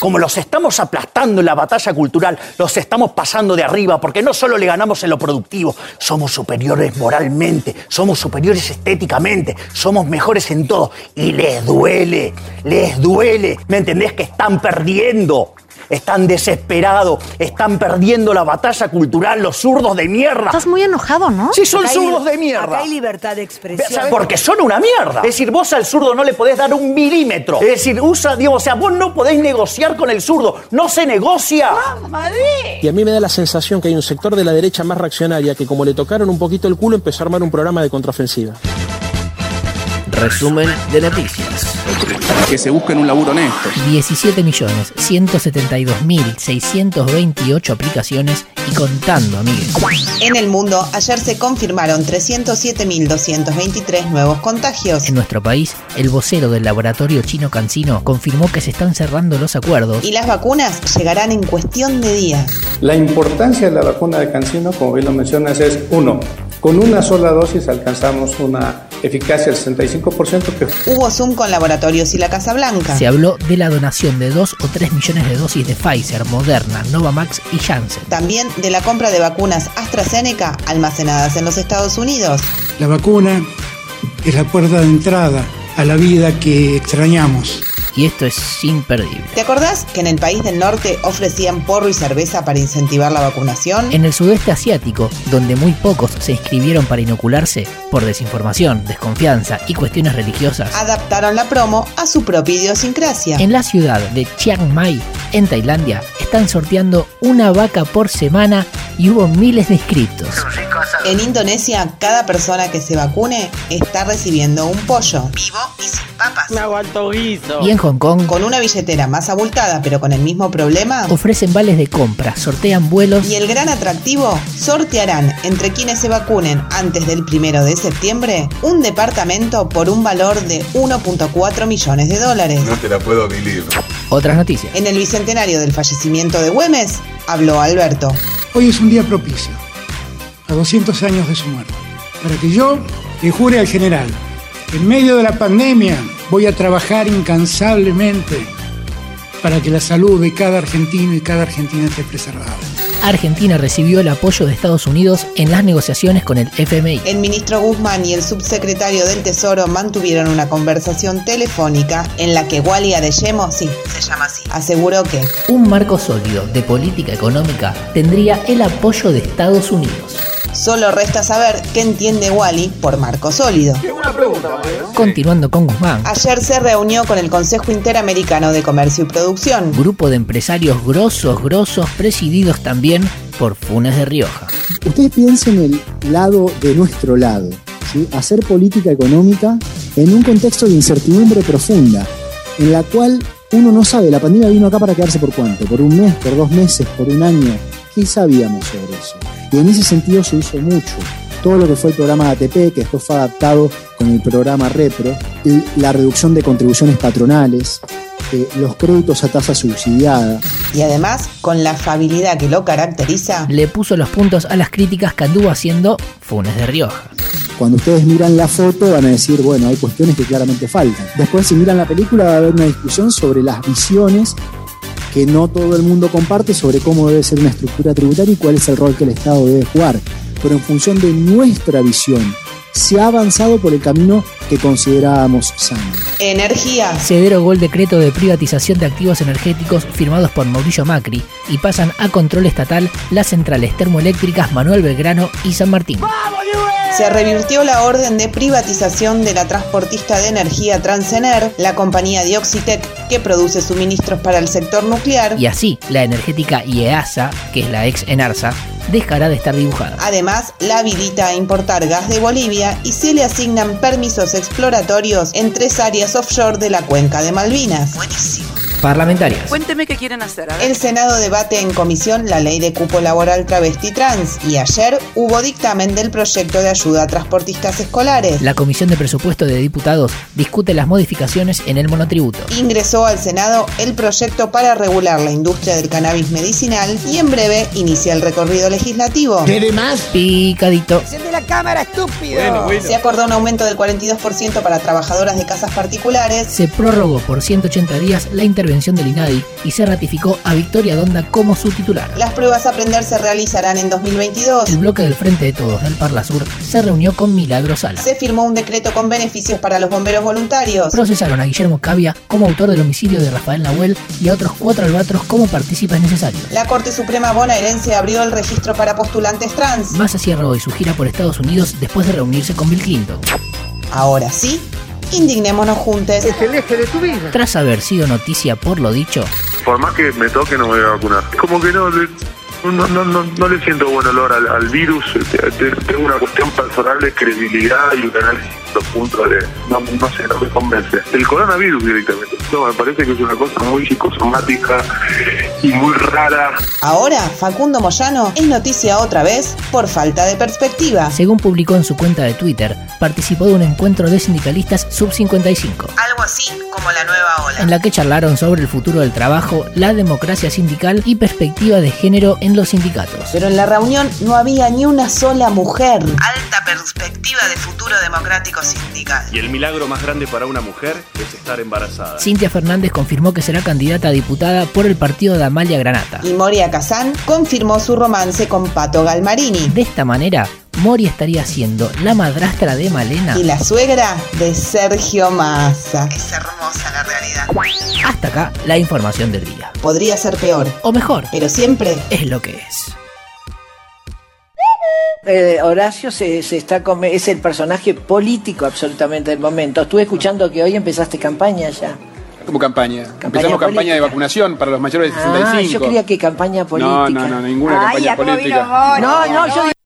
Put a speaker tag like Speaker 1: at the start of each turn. Speaker 1: como los estamos aplastando en la batalla cultural, los estamos pasando de arriba, porque no solo le ganamos en lo productivo, somos superiores moralmente, somos superiores estéticamente, somos mejores en todo. Y les duele, les duele. ¿Me entendés que están perdiendo? Están desesperados, están perdiendo la batalla cultural, los zurdos de mierda.
Speaker 2: Estás muy enojado, ¿no?
Speaker 1: Sí, son
Speaker 3: Acá hay
Speaker 1: zurdos
Speaker 3: li-
Speaker 1: de
Speaker 3: Acá
Speaker 1: mierda.
Speaker 3: hay libertad de expresión.
Speaker 1: Porque son una mierda. Es decir, vos al zurdo no le podés dar un milímetro. Es decir, usa, digo, o sea, vos no podés negociar con el zurdo. No se negocia.
Speaker 4: Y a mí me da la sensación que hay un sector de la derecha más reaccionaria que como le tocaron un poquito el culo empezó a armar un programa de contraofensiva.
Speaker 5: Resumen de noticias.
Speaker 6: Que se busquen un laburo honesto.
Speaker 5: 17.172.628 aplicaciones y contando, amigos.
Speaker 7: En el mundo, ayer se confirmaron 307.223 nuevos contagios.
Speaker 5: En nuestro país, el vocero del laboratorio chino Cancino confirmó que se están cerrando los acuerdos
Speaker 7: Y las vacunas llegarán en cuestión de días.
Speaker 8: La importancia de la vacuna de Cancino, como bien lo mencionas, es uno. Con una sola dosis alcanzamos una eficacia del 65% que
Speaker 7: Hubo Zoom con laboratorios y la Casa Blanca.
Speaker 5: Se habló de la donación de 2 o 3 millones de dosis de Pfizer, Moderna, Novamax y Janssen.
Speaker 7: También de la compra de vacunas AstraZeneca almacenadas en los Estados Unidos.
Speaker 9: La vacuna es la puerta de entrada a la vida que extrañamos.
Speaker 5: Y esto es imperdible.
Speaker 7: ¿Te acordás que en el país del norte ofrecían porro y cerveza para incentivar la vacunación?
Speaker 5: En el sudeste asiático, donde muy pocos se inscribieron para inocularse por desinformación, desconfianza y cuestiones religiosas,
Speaker 7: Adaptaron la promo a su propia idiosincrasia.
Speaker 5: en la ciudad de Chiang Mai, en Tailandia, están sorteando una vaca por semana y hubo miles de inscriptos.
Speaker 7: En Indonesia, cada persona que se vacune está recibiendo un pollo. Vivo y sin papas.
Speaker 5: Y en Hong Kong,
Speaker 7: Con una billetera más abultada pero con el mismo problema.
Speaker 5: ofrecen vales de compra, sortean vuelos
Speaker 7: Y el gran atractivo, sortearán entre quienes se vacunen antes del primero de septiembre un departamento por un valor de 1.4 millones de dólares.
Speaker 10: te la puedo vivir.
Speaker 5: otras noticias.
Speaker 7: En el bicentenario del fallecimiento de Güemes, habló Alberto.
Speaker 9: Hoy es un día propicio, a 200 años de su muerte, para que yo le jure al general, que en medio de la pandemia voy a trabajar incansablemente para que la salud de cada argentino y cada argentina esté preservada.
Speaker 5: Argentina recibió el apoyo de Estados Unidos en las negociaciones con el FMI.
Speaker 7: El ministro Guzmán y el subsecretario del Tesoro mantuvieron una conversación telefónica en la que Wally Adeyemo, sí, se llama así, aseguró que
Speaker 5: Un marco sólido de política económica tendría el apoyo de Estados Unidos.
Speaker 7: solo resta saber qué entiende Wally por marco sólido.
Speaker 5: Continuando con Guzmán,
Speaker 7: Ayer se reunió con el Consejo Interamericano de Comercio y Producción.
Speaker 5: grupo de empresarios grosos, grosos, presididos también por Funes de Rioja.
Speaker 11: Ustedes piensen el lado de nuestro lado, ¿sí? hacer política económica en un contexto de incertidumbre profunda, en la cual uno no sabe, la pandemia vino acá para quedarse por cuánto, por un mes, por dos meses, por un año, ¿qué sabíamos sobre eso? Y en ese sentido se hizo mucho. Todo lo que fue el programa ATP, que después fue adaptado con el programa Repro, y la reducción de contribuciones patronales, eh, los créditos a tasa subsidiada,
Speaker 7: Y además, con la afabilidad que lo caracteriza,
Speaker 5: Le puso los puntos a las críticas que anduvo haciendo Funes de Rioja.
Speaker 11: Cuando ustedes miran la foto van a decir, bueno, hay cuestiones que claramente faltan. Después si miran la película va a haber una discusión sobre las visiones que no todo el mundo comparte sobre cómo debe ser una estructura tributaria y cuál es el rol que el Estado debe jugar. Pero en función de nuestra visión, se ha avanzado por el camino que considerábamos sano.
Speaker 7: energía,
Speaker 5: Se derogó el decreto de privatización de activos energéticos firmados por Mauricio Macri y pasan a control estatal las centrales termoeléctricas Manuel Belgrano y San Martín.
Speaker 7: se revirtió la orden de privatización de la transportista de energía Transener, la compañía de Oxitec que produce suministros para el sector nuclear.
Speaker 5: Y así, la energética IEASA, que es la ex ENARSA, dejará de estar dibujada.
Speaker 7: Además, la habilita a importar gas de Bolivia y se le asignan permisos exploratorios en tres áreas offshore de la cuenca de Malvinas.
Speaker 5: Parlamentarias.
Speaker 3: Cuénteme qué quieren hacer. A ver.
Speaker 12: Eh,
Speaker 7: El Senado debate en comisión la ley de cupo laboral travesti trans y ayer hubo dictamen del proyecto de ayuda a transportistas escolares.
Speaker 5: La Comisión de Presupuesto de Diputados discute las modificaciones en el monotributo.
Speaker 7: Ingresó al Senado el proyecto para regular la industria del cannabis medicinal y en breve inicia el recorrido legislativo.
Speaker 5: Picadito.
Speaker 3: Enciende la cámara, estúpido.
Speaker 7: Se acordó un aumento del 42% para trabajadoras de casas particulares
Speaker 5: Se prorrogó por 180 días la intervención del INADI y se ratificó a Victoria Donda como su titular.
Speaker 7: Las pruebas a aprender se realizarán en 2022.
Speaker 5: El bloque del Frente de Todos del Parla Sur se reunió con Milagro Sala.
Speaker 7: Se firmó un decreto con beneficios para los bomberos voluntarios.
Speaker 5: Procesaron a Guillermo Cavia como autor del homicidio de Rafael Nahuel y a otros cuatro albatros como partícipes necesarios.
Speaker 7: La Corte Suprema bonaerense abrió el registro para postulantes trans.
Speaker 5: Massa cierra hoy su gira por Estados Unidos después de reunirse con Bill Clinton.
Speaker 7: Ahora sí, indignémonos juntos.
Speaker 3: Es el eje de tu vida.
Speaker 5: Tras haber sido noticia por lo dicho,
Speaker 2: Por más que me toque, no me voy a vacunar. Como que no, le- no, no, no, no le siento buen olor al, al virus. Te- te- Tengo una cuestión personal de credibilidad y un análisis profundo de. No, no sé, no me convence. El coronavirus directamente. No, me parece que es una cosa muy psicosomática y muy rara.
Speaker 7: Ahora, Facundo Moyano es noticia otra vez por falta de perspectiva.
Speaker 5: según publicó en su cuenta de Twitter, participó de un encuentro de sindicalistas sub-55,
Speaker 7: Algo así como la nueva ola.
Speaker 5: en la que charlaron sobre el futuro del trabajo, la democracia sindical y perspectiva de género en los sindicatos.
Speaker 7: Pero en la reunión no había ni una sola mujer. Alta perspectiva de futuro democrático sindical.
Speaker 10: Y el milagro más grande para una mujer es estar embarazada.
Speaker 5: Cintia Fernández confirmó que será candidata a diputada por el partido de Amalia Granata.
Speaker 7: Y Moria Kazán confirmó su romance con Pato Galmarini.
Speaker 5: De esta manera, Mori estaría siendo la madrastra de Malena.
Speaker 7: Y la suegra de Sergio Massa. Es hermosa la realidad.
Speaker 5: Hasta acá la información del día.
Speaker 7: Podría ser peor,
Speaker 5: O mejor,
Speaker 7: pero siempre
Speaker 5: es lo que es.
Speaker 12: Eh, Horacio se, se está come- es el personaje político absolutamente del momento. Estuve escuchando que hoy empezaste campaña ya.
Speaker 6: Como campaña. Empezamos campaña
Speaker 12: política.
Speaker 6: de vacunación para los mayores de
Speaker 12: Ah,
Speaker 6: 65.
Speaker 12: yo creía que campaña política.
Speaker 6: no, no, ninguna Ay, campaña acá vino política.
Speaker 12: No, no, yo